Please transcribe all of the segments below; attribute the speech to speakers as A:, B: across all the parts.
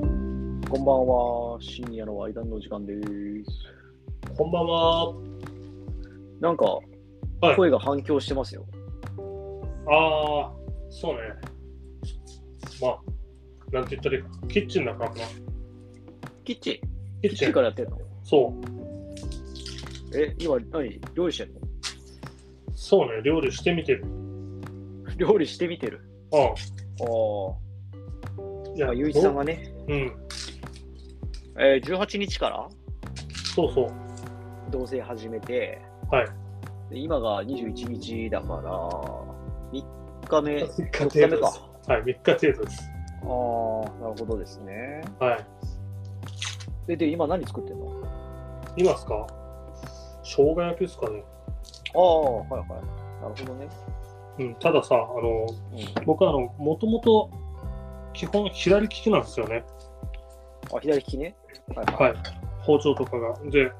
A: んばんは。深夜のワイダンの時間です。
B: こんばんは。
A: なんか、
B: はい
A: 声が反響してますよ。
B: ああ、そうね。まあ、なんて言ったらいいか。キッチンだからかな。
A: キッチ
B: キ
A: ン、
B: ッ
A: キッ
B: チ
A: チ
B: ン
A: ンからやってんの
B: そう。
A: え、今何料理してんの
B: そうね。料理してみてる。
A: 料理してみてる。
B: う
A: ああ。
B: ん。いや
A: まあ、ゆういちさんがね、
B: うん。
A: えー、18日から
B: そうそう。
A: 同棲始めて、
B: はい
A: で今が21日だから、3日目、
B: 3
A: 4日目か。
B: はい、3日程度です。
A: ああ、なるほどですね。
B: はい。
A: で、で、今何作ってんの
B: いますか生姜焼きですかね。
A: ああ、はいはい。なるほどね。
B: うん。たださ、あの、
A: う
B: 僕はあの、もともと、基本左利きなんですよね。
A: ん、あ、左利きね。はいはい。
B: はい。包丁とかが。で、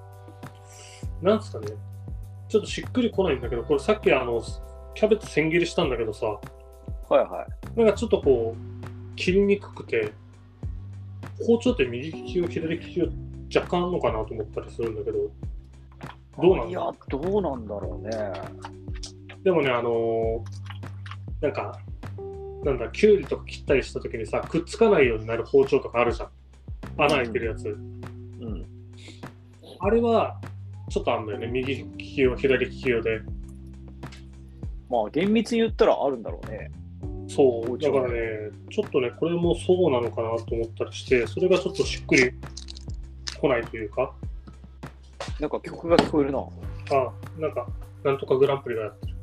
B: なんすかね。ちょっとしっくりこないんだけど、これさっきあの、キャベツ千切りしたんだけどさ、
A: はいはい。
B: なんかちょっとこう、切りにくくて、包丁って右利きを左利きを若干あるのかなと思ったりするんだけど、どうなん
A: い
B: だ
A: や、どうなんだろうね。
B: でもね、あのーなんか、なんだ、きゅうりとか切ったりした時にさ、くっつかないようになる包丁とかあるじゃん。穴開いてるやつ。
A: うん。
B: あれは、ちょっとあんだよね。右利き用、左利き用で。
A: まあ、厳密に言ったらあるんだろうね。
B: そう、
A: 包
B: だ
A: 丁
B: からね、ちょっとね、これもそうなのかなと思ったりして、それがちょっとしっくりこないというか、
A: なんか曲が聞こえるな。
B: あなんか、なんとかグランプリがやってる。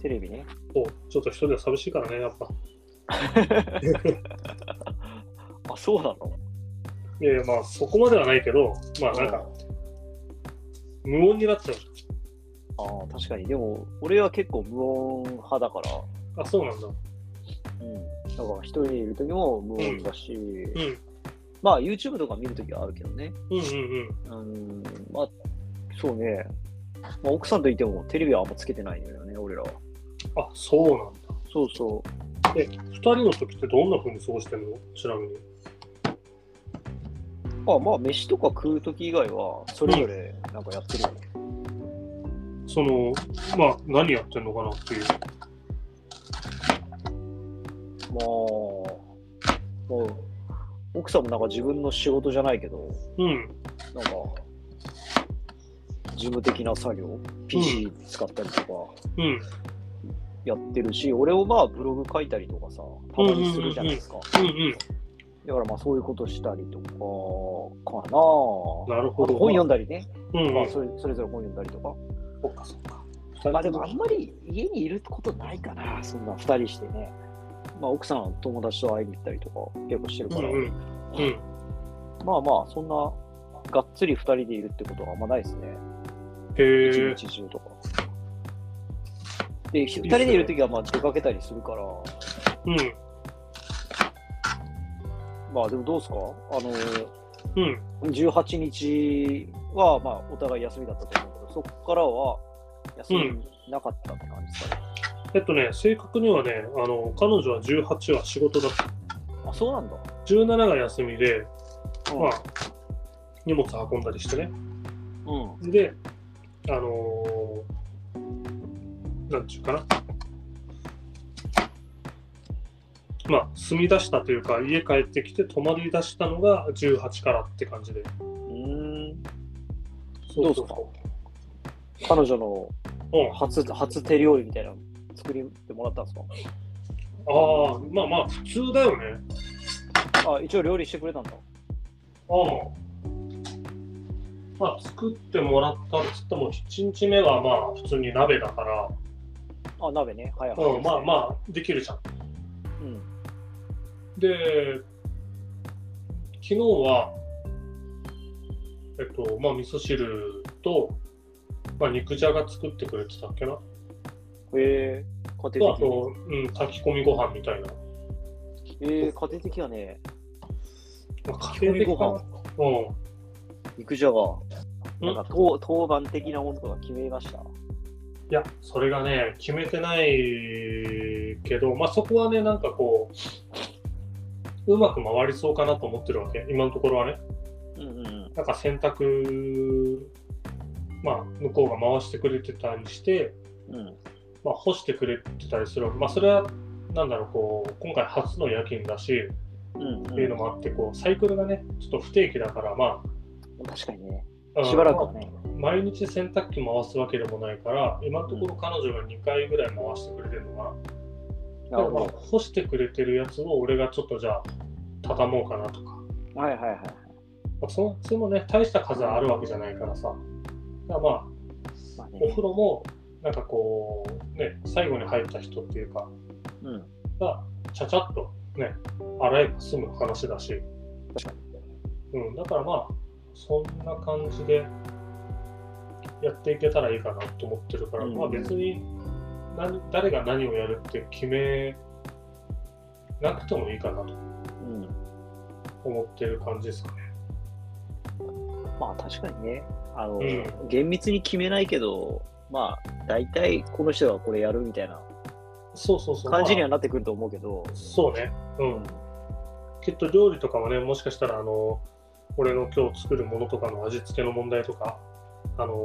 A: テレビね。
B: そうちょっと一人は寂しいからね、やっぱ。
A: あ、そうなの
B: いやいや、まあ、そこまではないけど、まあ、なんか、無音になっちゃうじ
A: ああ、確かに。でも、俺は結構無音派だから。
B: ゃん。あ、そうなんだ。
A: うん。だから、一人でいるときも無音だし、
B: うん、
A: まあ、YouTube とか見るときはあるけどね。
B: うん、う
A: う
B: ん、
A: ん。まあ、そうね。まあ、奥さんといてもテレビはあんまつけてないんだよね、俺らは。
B: うん。あ、そうなんだ。
A: そうそう。
B: 二人の時ってどんな風に過ごしてんのちなみに。
A: あまあ、飯とか食うとき以外は、それぞれなんかやってるよね。
B: その、まあ、何やってんのかなっていう。
A: まあ、もう、奥さんもなんか自分の仕事じゃないけど、
B: うん。
A: なんか、事務的な作業、PC 使ったりとか
B: うん。
A: やってるし、俺をまあブログ書いたりとかさ、たまにするじゃないですか。
B: うん、うん。
A: だからまあそういうことしたりとか、かな
B: なるほ
A: あと
B: ど。
A: 本読んだりね、
B: うん、う
A: まあ
B: ん。
A: それ、それぞれ本読んだりとか。
B: そっか、そっか。
A: まあでもあんまり家にいることないかな、そんな2人してね。まあ奥さん、友達と会いに行ったりとか結構してる
B: う
A: か
B: ん
A: ら、
B: うん。うん。
A: まあまあ、そんながっつり2人でいるってことはあんまないですね。
B: へ
A: 一
B: え。
A: 日中とか。で、2人でいるときはまあ出かけたりするから、
B: うん。
A: まあでもどうですかあの、
B: うん。
A: 18日はまあお互い休みだったと思うけど、そこからは休みなかったって感じですかね。
B: えっとね、正確にはね、あの、彼女は18は仕事だった。
A: あ、そうなんだ。
B: 17が休みで、
A: うん
B: まあ、荷物運んだりしてね。
A: うん。
B: で、あのーなんちゅうかな。まあ、住み出したというか、家帰ってきて泊まり出したのが18からって感じで。
A: うーん。
B: そうそう
A: ど
B: そ
A: 彼女の
B: う。うん。
A: 初初手料理みたいなの作ってもらったんです
B: ああ、まあまあ、普通だよね。
A: かあ一応料理してくれたんだ。
B: ああ。まあ、作ってもらったっつっても、1日目はまあ、普通に鍋だから、
A: あ鍋ね。はいはい。
B: うん、まあまあ、できるじゃん。
A: うん。
B: で、昨日は、えっと、まあ、味噌汁と、まあ、肉じゃが作ってくれてたっけな。
A: へえ家
B: と、
A: 庭
B: あ
A: 的に。
B: と、うん、炊き込みご飯みたいな。
A: ええ家庭的はね、
B: まあ、家庭的かな。うん。
A: 肉じゃが、
B: うん
A: なんか当当番的なものとか決めました。
B: いや、それがね、決めてないけど、まあ、そこはね、なんかこう、うまく回りそうかなと思ってるわけ、今のところはね。
A: うんうん
B: なんか洗濯、まあ、向こうが回してくれてたりして、
A: うん
B: まあ、干してくれてたりするわけ。まあ、それは、なんだろう、こう、今回初の夜勤だし、
A: うん
B: っていうのもあって、こう、サイクルがね、ちょっと不定期だから、ま
A: 確かにね、
B: あ、うん
A: しばらくはね。
B: 毎日洗濯機回すわけでもないから、今のところ彼女が2回ぐらい回してくれてるのかな。
A: なる
B: でまあ
A: ほ
B: 干してくれてるやつを俺がちょっとじゃあ、畳もうかなとか。
A: ど。はいはいはい。
B: まあ、そのそれもね、大した数あるわけじゃないからさ。だからまあ、
A: まあね
B: お風呂も、なんかこう、ね、最後に入った人っていうか、
A: うん。
B: が、ちゃちゃっとね、洗えば済む話だし。
A: 確かに。
B: うん、だからまあ、そんな感じでやっていけたらいいかなと思ってるから、
A: うん
B: まあ別に何誰が何をやるって決めなくてもいいかなと
A: うん。
B: 思ってる感じですかね。
A: まあ確かにね、あの、
B: うん
A: 厳密に決めないけど、まあ大体この人がこれやるみたいな
B: そうそうそう。
A: 感じに
B: ま
A: はなってくると思うけど
B: あ、そうね。う
A: うん
B: ん。きっと料理とかもね、もしかしたらあの、俺の今日作るものとかの味付けの問題とか、あ
A: う、
B: の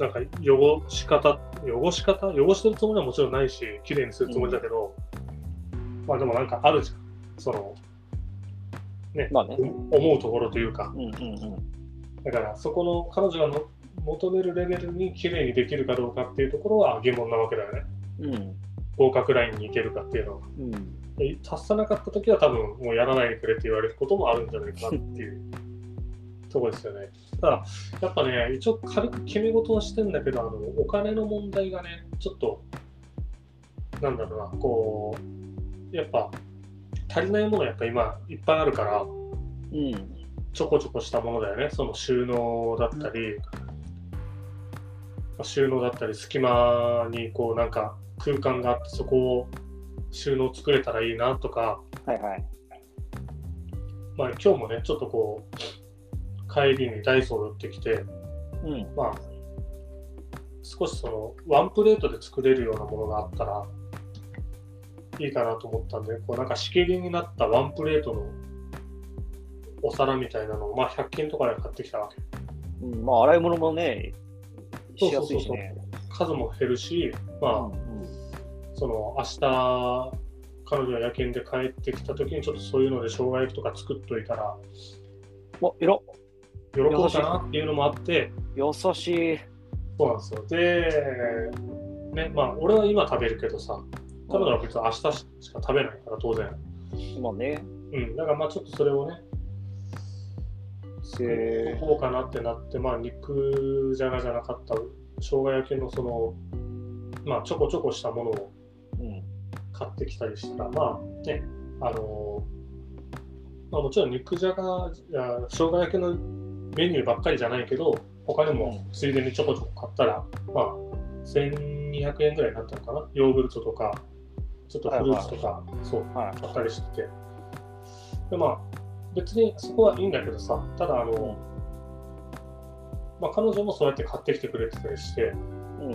B: なんか汚し方、汚し方汚してるつもりはもちろんないし、綺麗にするつもりだけど、まあでもなんかあるじゃん。その、
A: まあね、
B: 思うところというか、
A: うんうんうん。
B: だからそこの彼女がの求めるレベルに綺麗にできるかどうかっていうところは疑問なわけだよね。
A: うん。
B: 合格ラインに行けるかっていうのは。
A: うん、
B: で達さなかった時は多分もうやらないでくれって言われることもあるんじゃないかなっていうところですよね。ただ、やっぱね、一応軽く決め事はしてんだけど、あのお金の問題がね、ちょっと、なんだろうな、こう、やっぱ足りないものやっぱ今いっぱいあるから、
A: うん。
B: ちょこちょこしたものだよね、その収納だったり、収納だったり、隙間にこうなんか空間があって、そこを収納作れたらいいなとか、
A: はいはい。
B: まあ今日もね、ちょっとこう、帰りにダイソー寄ってきて、
A: うん。
B: まあ、少しそのワンプレートで作れるようなものがあったらいいかなと思ったんで、こうなんか仕切りになったワンプレートのお皿みたいなのを、まあ100均とかで買ってきたわけ。
A: うん、まあ洗い物もね、しやすいしね。
B: 数も減るし、まあ、その明日彼女が夜勤で帰ってきた時にちょっとそういうので生姜焼きとか作っといたら
A: うん。あ、えら
B: 喜ぶかなっていうのもあって
A: 優しい。
B: そうなんですよでねまあ俺は今食べるけどさ彼女は別に明日しか食べないから当然
A: まあね。
B: うんだからまあちょっとそれをね
A: へー
B: こうかなってなってまあ肉じゃがじゃなかった生姜焼きのそのまあちょこちょこしたものを
A: うん。
B: 買ってきたりしたら、まあね、あのーまあ、もちろん肉じゃが、いや生姜焼きのメニューばっかりじゃないけど、他にもついでにちょこちょこ買ったら、まあ、1200円ぐらいになったのかな、ヨーグルトとか、ちょっとフルーツとか、そう、
A: は
B: 買ったりしてて。で、まあ、別にそこはいいんだけどさ、ただ、あのー
A: うん
B: まあ、彼女もそうやって買ってきてくれてたりして、
A: い。うん。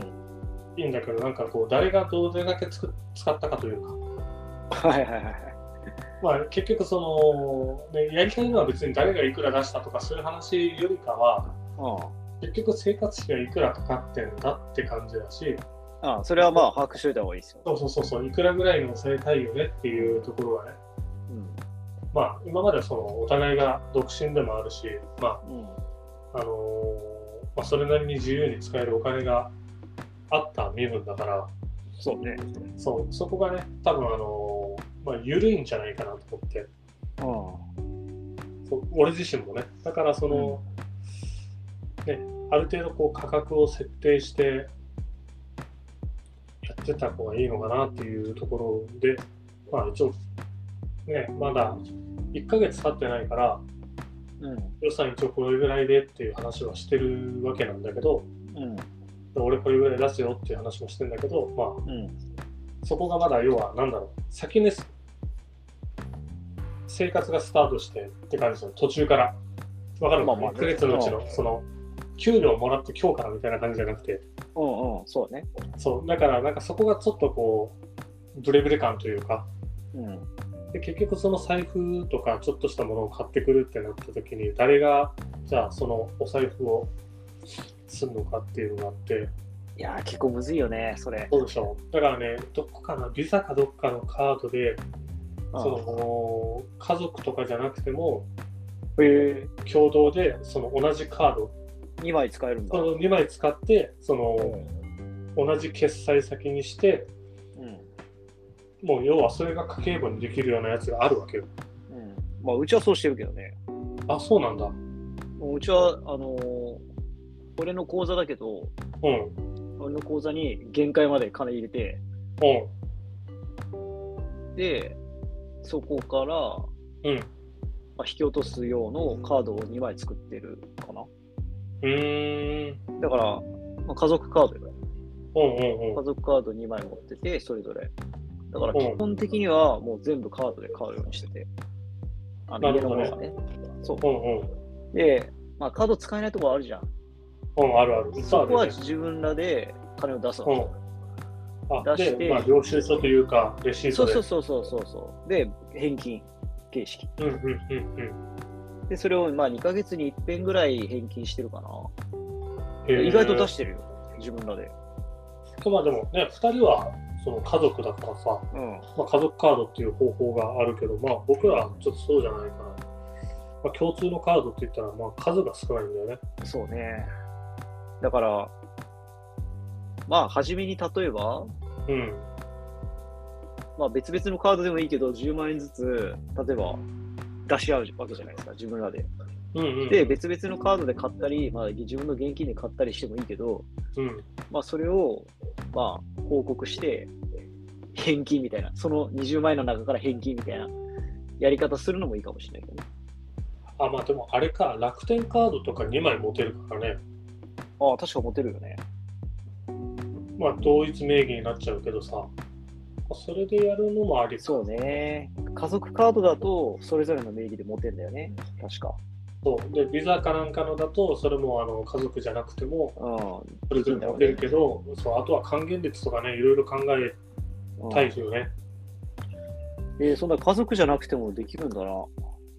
B: いいんだけど、なんかこう、誰がどれだけつく使ったかというか、
A: はいはいはいはい。
B: まあ、結局その、ね、やりたいのは別に誰がいくら出したとかそういう話よりかは
A: うん。
B: 結局生活費がいくらかかってんだって感じだし
A: あそれはまあ把握しといた方がいいですよ。
B: そうそうそうそういくらぐらいに抑えたいよねっていうところはね
A: うん。
B: まあ今まではそのお互いが独身でもあるし、ま
A: うん。
B: ああのーまあ、それなりに自由に使えるお金があった身分だから
A: そうね。
B: そうそこがね多分あのーまあ、緩いんじゃないかなと思って
A: うん。
B: そう俺自身もねだからその、ねある程度こう価格を設定してやってた方がいいのかなっていうところでまあ一応ねまだ1ヶ月経ってないから
A: うん。
B: 予算一応これぐらいでっていう話はしてるわけなんだけど
A: うん。
B: 俺これぐらい出すよっていう話もしてんだけどま
A: うん。
B: あそこがまだ要は何だろう先にす生活がスタートしてって感じですよ途中からわかる
A: ま
B: ま
A: あまあね
B: 1ヶ月のうちのその給料もらって今日からみたいな感じじゃなくて
A: うんうん、そうね。
B: そうだからなんかそこがちょっとこうブレブレ感というか
A: うん。
B: で結局その財布とかちょっとしたものを買ってくるってなった時に誰がじゃあそのお財布をするのかっていうのがあって
A: いやー、結構むずいよね、それ。
B: そうでしょだからねどこかなビザかどっかのカードで
A: うん
B: その家族とかじゃなくても
A: へ
B: 共同でその同じカード
A: え、2枚使えるんだ
B: そ。の2枚使ってその
A: う
B: 同じ決済先にして
A: ん。
B: もう要はそれが家計簿にできるようなやつがあるわけよ
A: うん。まあ、うちはそうしてるけどね。
B: あそうなんだう
A: うちは、あのー俺の口座だけど、
B: んうん
A: 俺の口座に限界まで金入れて、で、そこから、
B: うん
A: まあ、引き落とす用のカードを2枚作ってるかな。
B: うーん
A: だから、まあ、家族カードよね
B: うんうんう
A: 家
B: ん
A: 族カード2枚持ってて、それぞれ。だから
B: うん
A: 基本的にはもう全部カードで買うようにしてて。あの
B: な
A: 家
B: る
A: の
B: ほ
A: も
B: どね
A: のがね。そう。
B: うんうん
A: で、まあ、カード使えないとこあるじゃん。
B: うん、あるある。
A: そこは
B: そう
A: 自分らで金を出す
B: だ
A: わけ
B: よねうん、あ
A: 出し
B: で、
A: て
B: まあ、領収書というか、レシー
A: そ
B: ト
A: う
B: で。
A: そうそうそうそうそう。で、返金形式。
B: うんうんうんうん
A: で、それをまあ2ヶ月に1遍ぐらい返金してるかな。
B: えー
A: 意外と出してるよ。自分らで。
B: まあでもね、2人はその家族だからさ、
A: うん。
B: まあ、家族カードっていう方法があるけど、まあ僕らはちょっとそうじゃないから、まあ、共通のカードって言ったら、まあ数が少ないんだよね。
A: そうね。だから、まあ、初めに例えば、
B: うん。
A: まあ、別々のカードでもいいけど、10万円ずつ、例えば出し合うわけじゃないですか、自分らで。
B: うんうん。
A: で、別々のカードで買ったり、まあ、自分の現金で買ったりしてもいいけど、
B: うん。
A: まあ、それを、まあ、報告して、返金みたいな、その20万円の中から返金みたいなやり方するのもいいかもしれないけどね。
B: あ、まあでもあれか、楽天カードとか2枚持てるからね、
A: ああ、確か持てるよね。
B: まあ同一名義になっちゃうけどさ、まあそれでやるのもありか
A: そうね。家族カードだと、それぞれの名義で持てるんだよね。確か。
B: そうでビザかなんかのだとそれもあの家族じゃなくても
A: う
B: それぞれ持てるけど、そうあとは還元率とかねいろいろ考え
A: ん。
B: たいですよね、
A: うんえーそんな家族じゃなくてもできるんだな。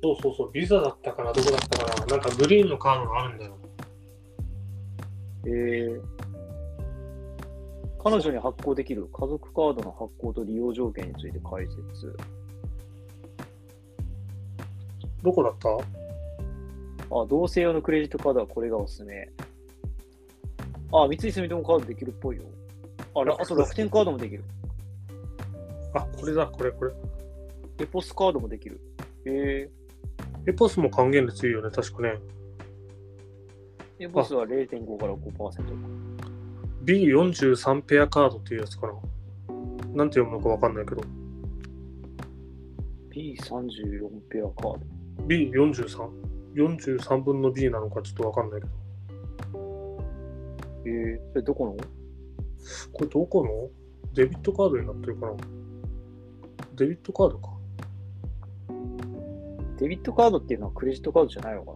B: そうそうそうビザだったかなどこだったかななんかグリーンのカードがあるんだよ
A: えー彼女に発行できる家族カードの発行と利用条件について解説。
B: どこだった
A: あ、同性用のクレジットカードはこれがおすすめ。あ、三井住友カードできるっぽいよ。あら、あと楽天カードもできる。
B: あこれだこれこれ
A: エポスカードもできる。え
B: エポスも還元率いいよね確かね
A: ー、エポスは0.5から5%。
B: B43 ペアカードっていうやつかななんて読むのかわかんないけど
A: P34 ペアカード。
B: B4343 43分の B なのかちょっとわかんないけど
A: えー、それどこの
B: これどこのデビットカードになってるかなデビットカードか。
A: デビットカードっていうのはクレジットカードじゃないのか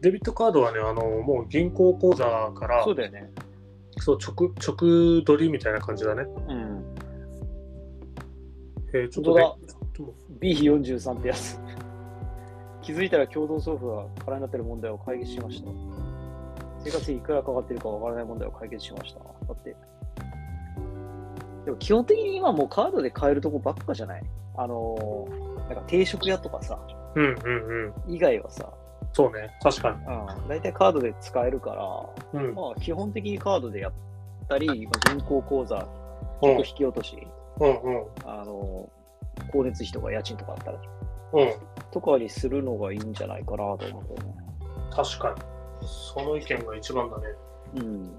B: デビットカードはね、あのもう銀行口座か
A: な
B: ら
A: そうだよね。
B: そう直直取りみたいな感じだね。
A: うん。
B: えーちょ
A: 本
B: っ
A: 当
B: と
A: だ
B: ね、ちょっと
A: B43 ってやつ。 気づいたら共同祖父が空になってる問題を解決しました。生活費いくらかかってるかわからない問題を解決しました。だって。でも基本的に今もうカードで買えるとこばっかじゃないあのーなんか定食屋とかさ、
B: うんうんうん。
A: 以外はさ、
B: そうね、確か
A: うん、大体カードで使えるから、
B: に。うん。
A: まあ基本的にカードでやったり、まあ銀行口座、
B: うん
A: 引き落とし、
B: うんうん
A: あのー光熱費とか家賃とかあったら、
B: うん。
A: とかにするのがいいんじゃないかなと思ってね。
B: 確かに。その意見が一番だね。
A: うん。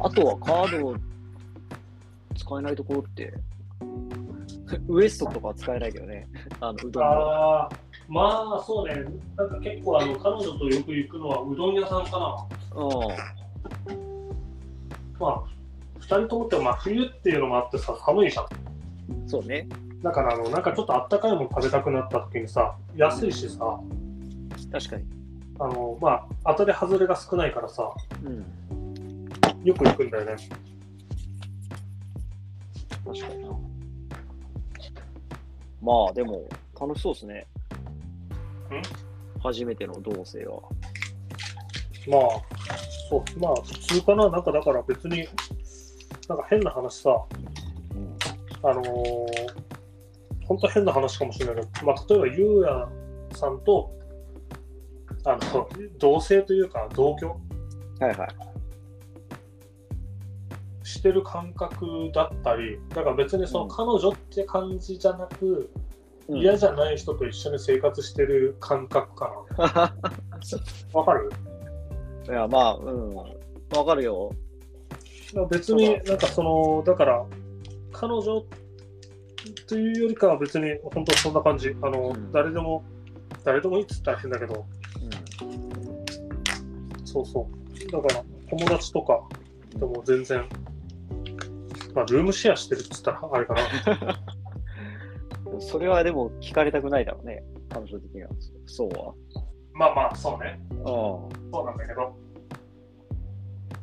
A: あとはカードを使えないところって、ウエストとかは使えないけどね。あの、うどんの。
B: ああ、まあそうね、なんか結構あの彼女とよく行くのはうどん屋さんかな。
A: う
B: まあ、2人ともって、まあ、冬っていうのもあってさ、寒いじゃん。
A: ん。そうね。
B: だからあの、なんかちょっとあったかいもの食べたくなった時にさ、安いしさ、
A: 確かに。
B: あのまあ、当たり外れが少ないからさ、
A: うん。
B: よく行くんだよね。
A: 確かにな。まあでも、楽しそうですね
B: ん。
A: 初めての同性は。
B: まあ、そう、まあ、普通かな、なんかだから別に、なんか変な話さ、
A: うん。
B: あのー、本当変な話かもしれないけど、まあ、例えば、ゆうやさんと、あの、同性というか、同居
A: はいはい。
B: してる感覚だったり、だから別にその
A: うん
B: 彼女って感じじゃなく、
A: うん
B: 嫌じゃない人と一緒に生活してる感覚かな。わかる
A: いや、まあ、うん。わかるよ。
B: 別になんかそのだから彼女というよりかは別に本当そんな感じあの、
A: うん
B: 誰でも誰でもいいっつったら変だけど
A: う
B: そうそうだから友達とかでも全然、まあ、ルームシェアしてるっつったらあれかな
A: ん。それはでも聞かれたくないだろうね。彼女的には。そうは。
B: まあまあそうね
A: ああ。
B: そうなんだけど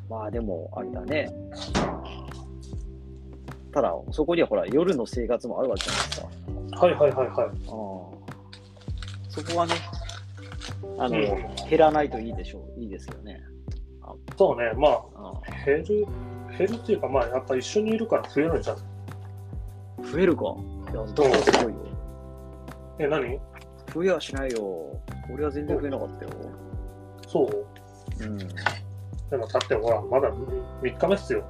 A: まあでも、あれだね。ただ、そこにはほら、夜の生活もあるわけじゃないですか。
B: はいはいはいは
A: あ
B: い
A: あそこはね、あの、
B: うん
A: 減らないといいでしょう。いいですよね。
B: そうねまあ
A: ああ
B: 減る減るっていうかまあやっぱ一緒にいるから増えるんじゃん
A: 増えるか。いや、どうすごいよ。
B: え何
A: 増えはしないよ。俺は全然増えなかったよ。
B: そう
A: うん。い
B: でもだってほらまだ3日目っすよ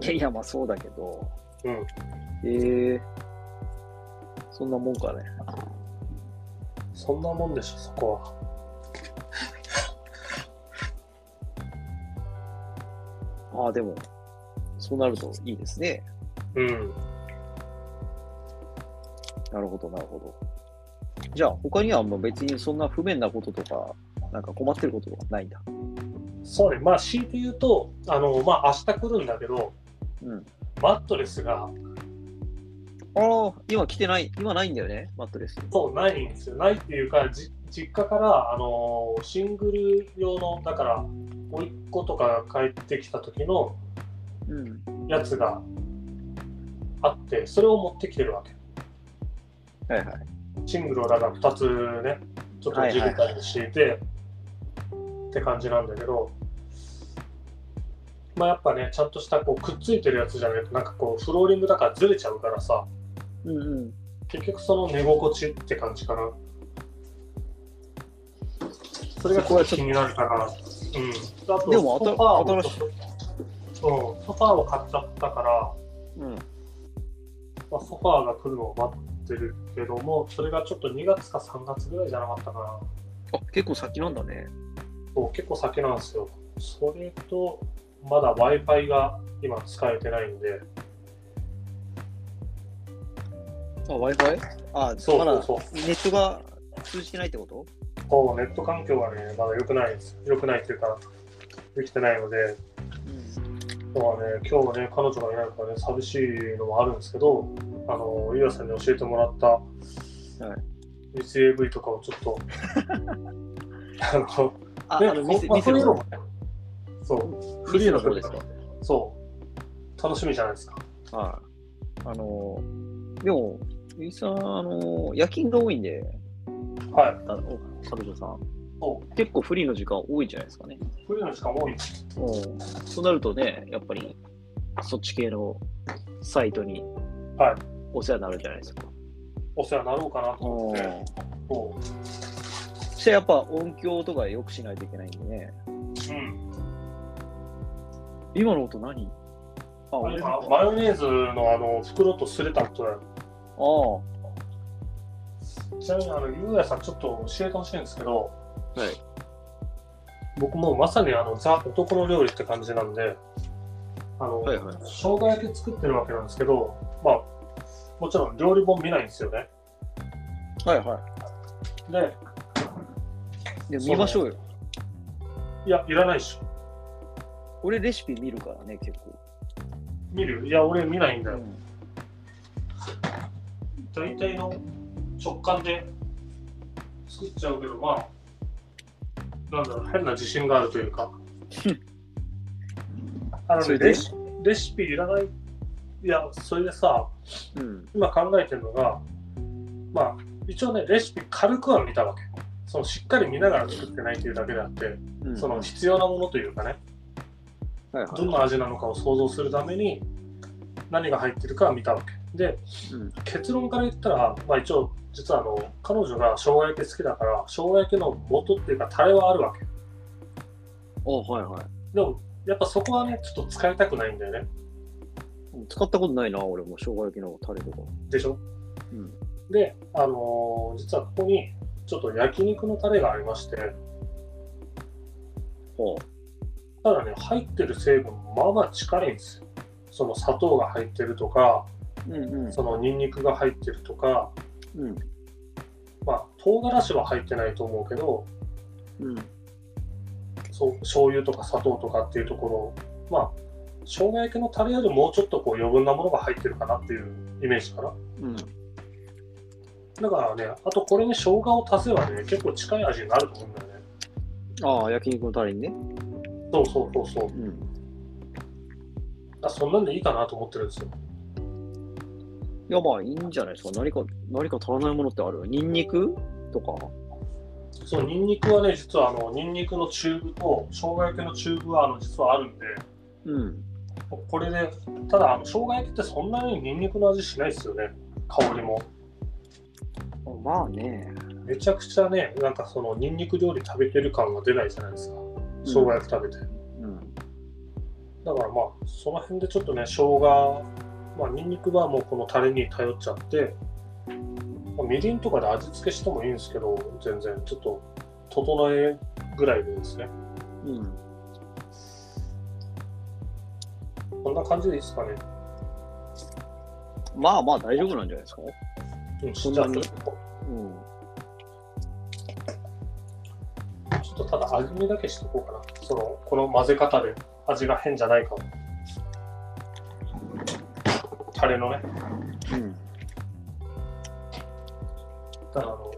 A: やいや、まあそうだけど。
B: うん
A: ええそんなもんかね。
B: そんなもんでしょ、そこは。
A: ああ、でも、そうなるといいですね。
B: うん。
A: なるほど、なるほど。じゃあ、他にはもう別にそんな不便なこととか、なんか困ってることはないんだ。
B: そうね、まあ、強いて言うと、あの、まあ、明日来るんだけど、
A: うん。
B: マットレスが、
A: ああ、今来てない、今ないんだよね、マットレス。
B: そう、ないんですよ。ないっていうか、じ実家から、あの、シングル用の、だから、甥っ子とか帰ってきた時の
A: うん。
B: やつがあって、それを持ってきてるわけ。
A: はいはい。
B: シングルをだから2つね、ちょっと地べたに敷いて、って感じなんだけど、まあやっぱね、ちゃんとしたこうくっついてるやつじゃないと、なんかこうフローリングだからずれちゃうからさ、
A: うんうん。
B: 結局その寝心地って感じかな。それが
A: そこはちょっと
B: 気になるかな。うん。あと
A: でもあ
B: ソ
A: た
B: ファーを
A: 新しい
B: うん、ソファーを買っちゃったから、
A: うん。
B: まあ、ソファーが来るのを待ってるけども、それがちょっと2月か3月ぐらいじゃなかったかな。
A: あ、結構先なんだね。
B: そう結構先なんですよ。それと、まだ Wi-Fi が今使えてないんで、
A: あ、Wi-Fi? あ、
B: そう
A: まだ
B: そう
A: ネットが通じてないってこと
B: こうネット環境がね、まだ良くないんです。良くないっていうか、できてないので、だからね、今日はね、彼女がいないからね、寂しいのもあるんですけど、あの、ゆうやさんに教えてもらった、UCAV とかをちょ っと、あの、
A: あ、あ
B: ね
A: の、見せ、
B: まあ
A: 見せ
B: そういうのも
A: の。
B: ねそう、フリーの
A: 方
B: 曲
A: ですか。
B: そう、楽しみじゃないですか。
A: はい。あのー、でも、ゆいさん、あのー、夜勤が多いんで、
B: はい。
A: あの、彼女さん。
B: そ
A: 結構フリーの時間多いんじゃないですかね。
B: フリーの時間多い
A: うん。そうなるとね、やっぱり、そっち系のサイトに、
B: はい。
A: お世話になるじゃないですか。
B: お世話になろうかなと思って、
A: うん。
B: そう
A: そしてやっぱ音響とか良くしないといけないんでね。
B: うん、
A: 今の音何あ、
B: あれ
A: 俺
B: か
A: の
B: マヨネーズのあの袋とすれたことだよ。
A: あ
B: ちなみにあの、ゆうやさん、ちょっと教えてほしいんですけど、
A: あ。はい。
B: 僕もうまさにあのザ男の料理って感じなんで、あの、
A: はいはい
B: 生姜焼き作ってるわけなんですけど、まあ、もちろん料理本見ないんですよね。
A: はいは
B: で、
A: い。で、見ましょうよ。
B: いや、いらないでしょ。
A: 俺レシピ見るからね、結構。
B: 見るいや、俺見ないんだ
A: う
B: よ。
A: ん
B: 大体の直感で作っちゃうけど、まあ、なんだろう、変な自信があるという か。あの
A: それ
B: ね、
A: で
B: レシレシピいらない、いや、それでさ、
A: うん。
B: 今考えてるのが、まあ、一応ね、レシピ軽くは見たわけ。そのしっかり見ながら作ってないというだけであって、
A: うん
B: その必要なものというかね、
A: はいはい
B: どんな味なのかを想像するために、何が入ってるかは見たわけ。で、
A: うん
B: 結論から言ったら、まあ一応、実はあの、彼女が生姜焼き好きだから、生姜焼きの元っていうか、タレはあるわけ。
A: おはいはい
B: でも、やっぱそこはね、ちょっと使いたくないんだよね。
A: うん使ったことないな、俺も生姜焼きのタレとか。
B: でしょ
A: うん。
B: で、あのー実はここに、ちょっと焼肉のタレがありまして、
A: ほ
B: ただね、入ってる成分、まあまあ近いんですよ。その砂糖が入ってるとか、
A: う。うんうん。
B: そのニンニクが入ってるとか、
A: うん。
B: まあ、唐辛子は入ってないと思うけど、
A: うん。
B: そう醤油とか砂糖とかっていうところ、まあ、生姜焼きのタレよりもうちょっとこう余分なものが入ってるかなっていうイメージかな。
A: うん。
B: だからね、あとこれに生姜を足せばね、結構近い味になると思うんだよね。
A: ああ、焼肉のタレにね。
B: そうそうそうそう。
A: うん。
B: あそんなんでいいかなと思ってるんですよ。
A: いや、まあ、いいんじゃないですか。何か、何か足らないものってあるニンニクとか。
B: そう、ニンニクはね、実はあの、ニンニクのチューブと、生姜焼きのチューブはあの、実はあるんで、
A: うん。
B: これで、ただ、あの生姜焼きってそんなにニンニクの味しないですよね、香りも。
A: まあね。
B: めちゃくちゃね、なんかそのニンニク料理食べてる感が出ないじゃないですか、生姜焼き食べて。
A: うん。
B: だからまあ、その辺でちょっとね、生姜、まあ、ニンニクはもうこのタレに頼っちゃって、まあみりんとかで味付けしてもいいんですけど、全然、ちょっと、整えぐらいでですね、
A: うん。
B: こんな感じでいいですかね。
A: まあまあ、大丈夫なんじゃないですか。
B: うん、
A: そんなに
B: じゃあ
A: うん。
B: ちょっとただ味見だけしとこうかな。その、この混ぜ方で味が変じゃないかを。タレのね。
A: うん。
B: ただあの、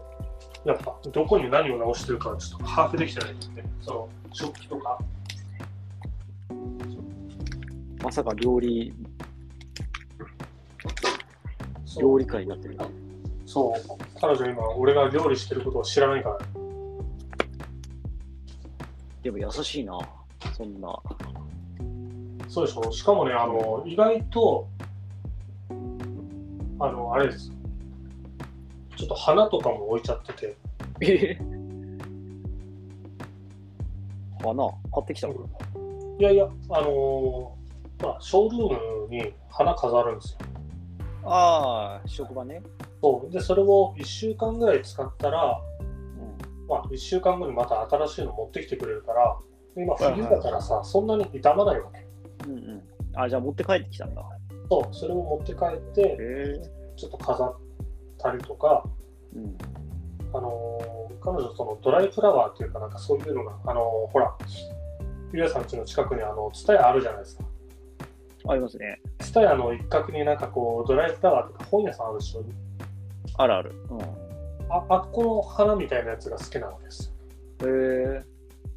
B: やっぱどこに何を直してるかはちょっと把握できてないんで、ね、その、食器とか。
A: まさか料理、
B: そう
A: 料理界になってる。
B: そう。彼女今、俺が料理してることを知らないから、
A: でも優しいな。そんな。
B: そうでしょ。しかもね、あの、意外と、あの、あれです。ちょっと花とかも置いちゃってて、
A: えへへ花、買ってきたの
B: いやいや、あのーまあ、ショールームに花飾るんですよ。
A: ああ、職場ね。
B: そうで、それを1週間ぐらい使ったら、
A: うん。
B: まあ、1週間後にまた新しいの持ってきてくれるから、で今、
A: はいはい
B: 冬だからさ、そんなに傷まないわけ。
A: うんうん。あ、じゃあ持って帰ってきたんだ。
B: そう、それを持って帰っ
A: へ
B: て、
A: え。
B: ちょっと飾ったりとか、
A: うん。
B: あのー彼女、そのドライフラワーっていうか、なんかそういうのが、あのーほら、ゆうやさん家の近くに、あの、ツタヤあるじゃないですか。
A: ありますね。
B: ツタヤの一角になんかこう、ドライフラワーとか本屋さんあるでしょ。
A: あるある。
B: ああっこの花みたいなやつが好きなわけですよ
A: うん。へえ。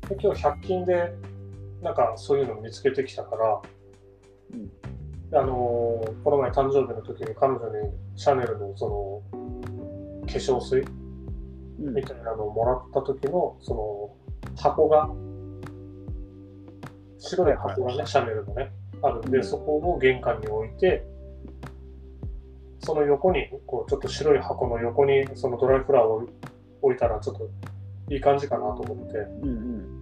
B: で今日100均でなんかそういうのを見つけてきたから、
A: うん
B: であのーこの前誕生日の時に彼女にシャネルのその化粧水
A: うん
B: みたいなのをもらった時のその箱が白い箱がねシャネルのねあるんで、
A: うん
B: そこを玄関に置いてその横にこうちょっと白い箱の横にそのドライフラワーを置いたらちょっといい感じかなと思って。
A: うんうん。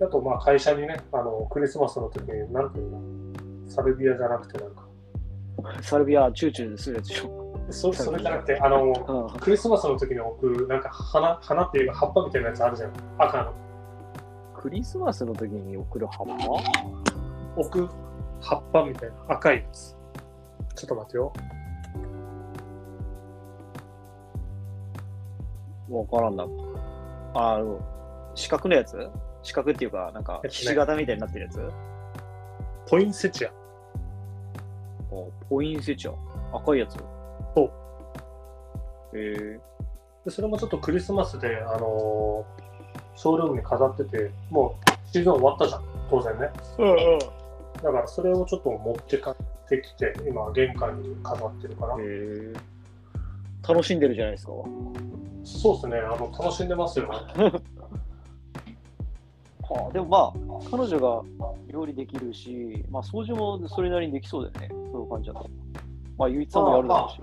B: あと、まあ、会社にね、あの、クリスマスの時に、なんていうのサルビアじゃなくて、なんか、
A: サルビア、チューチューするやつでしょ。
B: そ
A: サルビア
B: それじゃなくて、あの、
A: うん。
B: クリスマスの時に置く、なんか、花、花っていうか、葉っぱみたいなやつあるじゃん。赤の。
A: クリスマスの時に送る葉っ
B: 置く葉っぱみたいな、赤いやつ。ちょっと待ってよ。
A: ぱわからんな。あの、四角のやつ四角っていうか、なんか、
B: えっとね
A: ひし形みたいになってるやつ
B: ポインセチア。
A: あポインセチア。赤いやつ。
B: そう
A: へえ。
B: で、それもちょっとクリスマスで、あのーショールームに飾ってて、もう、シーズン終わったじゃん。当然ね。
A: うんうん。
B: だから、それをちょっと持って帰ってきて、今、玄関に飾ってるから。
A: へえ。楽しんでるじゃないですか。
B: そうですね、あの楽しんでますよ。
A: はあ、でもまあ、彼女が料理できるし、まあ、掃除もそれなりにできそうだよね、そういう感じだと。まあ、ゆういちさんもやるだろうし。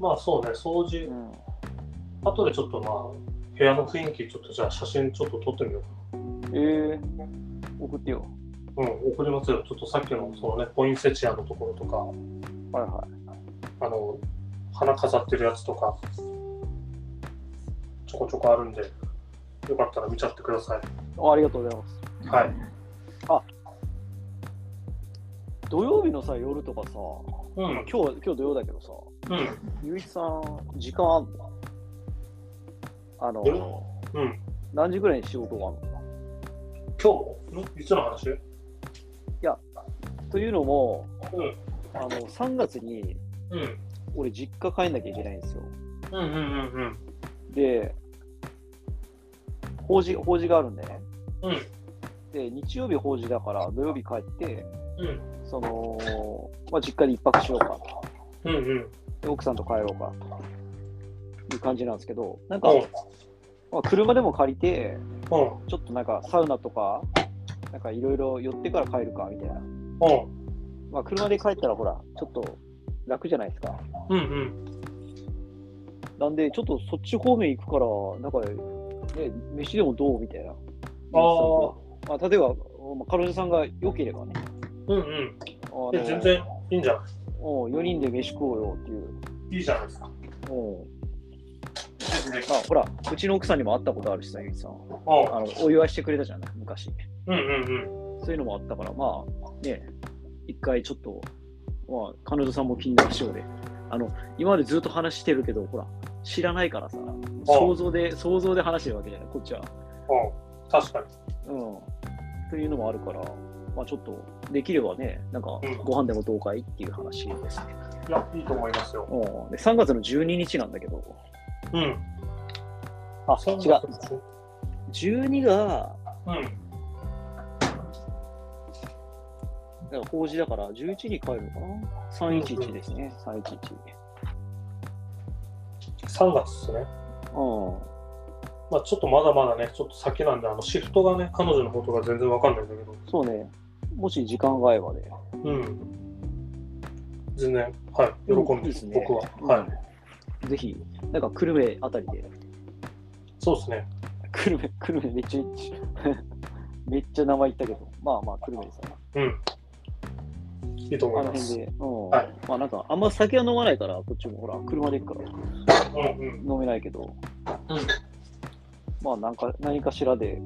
B: まあそうね、掃除、後でちょっとまあ、部屋の雰囲気、ちょっとじゃあ写真ちょっと撮ってみよう
A: う
B: か
A: ん、えー、送ってよ。
B: な。うん、送りますよ。ちょっとさっきのそのね、ポインセチアのところとか、
A: はいは
B: あの、花飾ってるやつとか、ちょこちょこあるんで、よかったら見ちゃってください。
A: い。あありがとうございます。
B: はい。
A: 土曜日のさ、夜とかさ、
B: う
A: 今
B: ん、
A: 日、今日土曜だけどさ、
B: うん、
A: ゆういちさん、時間あんのあの、
B: うん。
A: 何時ぐらいに仕事があるの
B: 今日んいつの話うん、
A: というのも、
B: うん
A: あの3月に
B: うん、
A: 俺、実家帰んなきゃいけないんですよ。
B: うん、うん、うん。
A: で、法事法事があるんでね。
B: うん
A: で、日曜日法事だから、土曜日帰って、
B: うん
A: その、まあ、実家で一泊しようか
B: うん、うん。
A: で奥さんと帰ろうかという感じなんですけど、なんか、
B: うん、
A: まあ、車でも借りて、
B: うん、
A: ちょっとなんかサウナとか、なんかいろいろ寄ってから帰るかみたいな。
B: うん、
A: まあ、車で帰ったら、ほら、ちょっと楽じゃないですか。
B: うん、うん。
A: なんで、ちょっとそっち方面行くから、なんか、ね、飯でもどうみたいな。
B: あー
A: まあ、例えば、まあ、彼女さんが良ければね、
B: うん、うん。
A: あの
B: え全然いいんじゃな
A: うん4人で飯食おうよっていう。
B: いいいじゃないですか。
A: うん
B: うん
A: まあ、ほら、うちの奥さんにも会ったことあるしさ、ゆいさん。あのお祝いしてくれたじゃない、昔。
B: うんうん
A: そういうのもあったから、まあ、ね、一回ちょっと、まあ、彼女さんも気になるしようで、あの、今までずっと話してるけど、ほら、知らないからさ、想像で、想像で話してるわけじゃない、こっちは。
B: うん。うん。確かに。
A: うん。というのもあるから、まあちょっと、できればね、なんか
B: うん、
A: ご飯でもどうかいっていう話ですね。
B: いや、いいと思いますよ。
A: うん。で、3月の12日なんだけど、
B: うん。
A: あ、違
B: そんな
A: う
B: こ。とですよ
A: 12が、
B: うん。
A: だから法事だから11に帰るのかな ?311 ですね、311。
B: 3月ですね。
A: うん。
B: まあちょっとまだまだね、ちょっと先なんで、あのシフトがね、彼女のことが全然わかんないんだけど、
A: そうね。もし時間が合えばね。
B: うん。全然、はい、喜
A: うん
B: で
A: んいいですね
B: 僕は。はい。
A: ぜひ、なんか久留米あたりで。
B: そうですね。
A: 久留米、久留米めっちゃいいめっちゃ名前言ったけど、まあまあ久留米ですね。
B: うん。いいと
A: あ
B: 思い
A: の
B: ます。
A: 辺で。うん。
B: はい
A: まあなんか、あんま酒は飲まないから、こっちもほら、車で行くから
B: うんうん。
A: 飲めないけど、
B: うん
A: まあなんか、何かしらで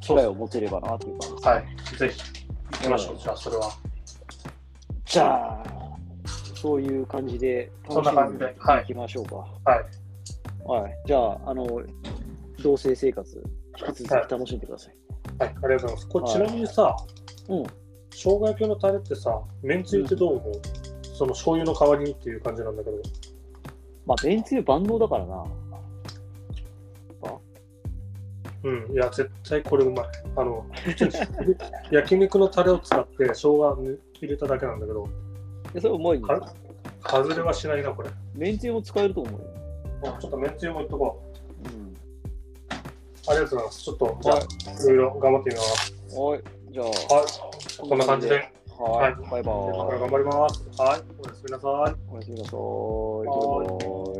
A: 機
B: そう
A: 会
B: で。
A: を持てればなっていう感じです
B: はい。ぜひ、行きましょう。じゃあ、それは。
A: す。じゃあ、そういう感じで、
B: そんな感じで
A: 楽しんいきましょうか。
B: はい。
A: はい。じゃあ、あの、同棲生活、引き続き楽しんでください。
B: はい、ありがとうございます。これ、
A: はい
B: ちなみにさ、
A: うん
B: 生姜焼きのタレってさ、めんつゆってどう思う、その醤油の代わりにっていう感じなんだけど、
A: まあ、便つゆ万能だからな。
B: うん、いや、絶対これうまい。あの、 焼肉のタレを使って生姜ね入れただけなんだけど、
A: えそれうまいね。
B: か外れはしないな、これ。
A: めんつゆも使えると思うよ。
B: あちょっとめんつゆもいっとこう。
A: うん。
B: ありがとうございます。ちょっと、じゃあ、いろいろ頑張ってみます。
A: はい。じゃあ、
B: はい、こんな感じで、
A: はい。バイバ
B: これ
A: ーイ。
B: 頑張ります。はい、おやすみなさい。
A: おやすみなさい。
B: は
A: バイバーイ。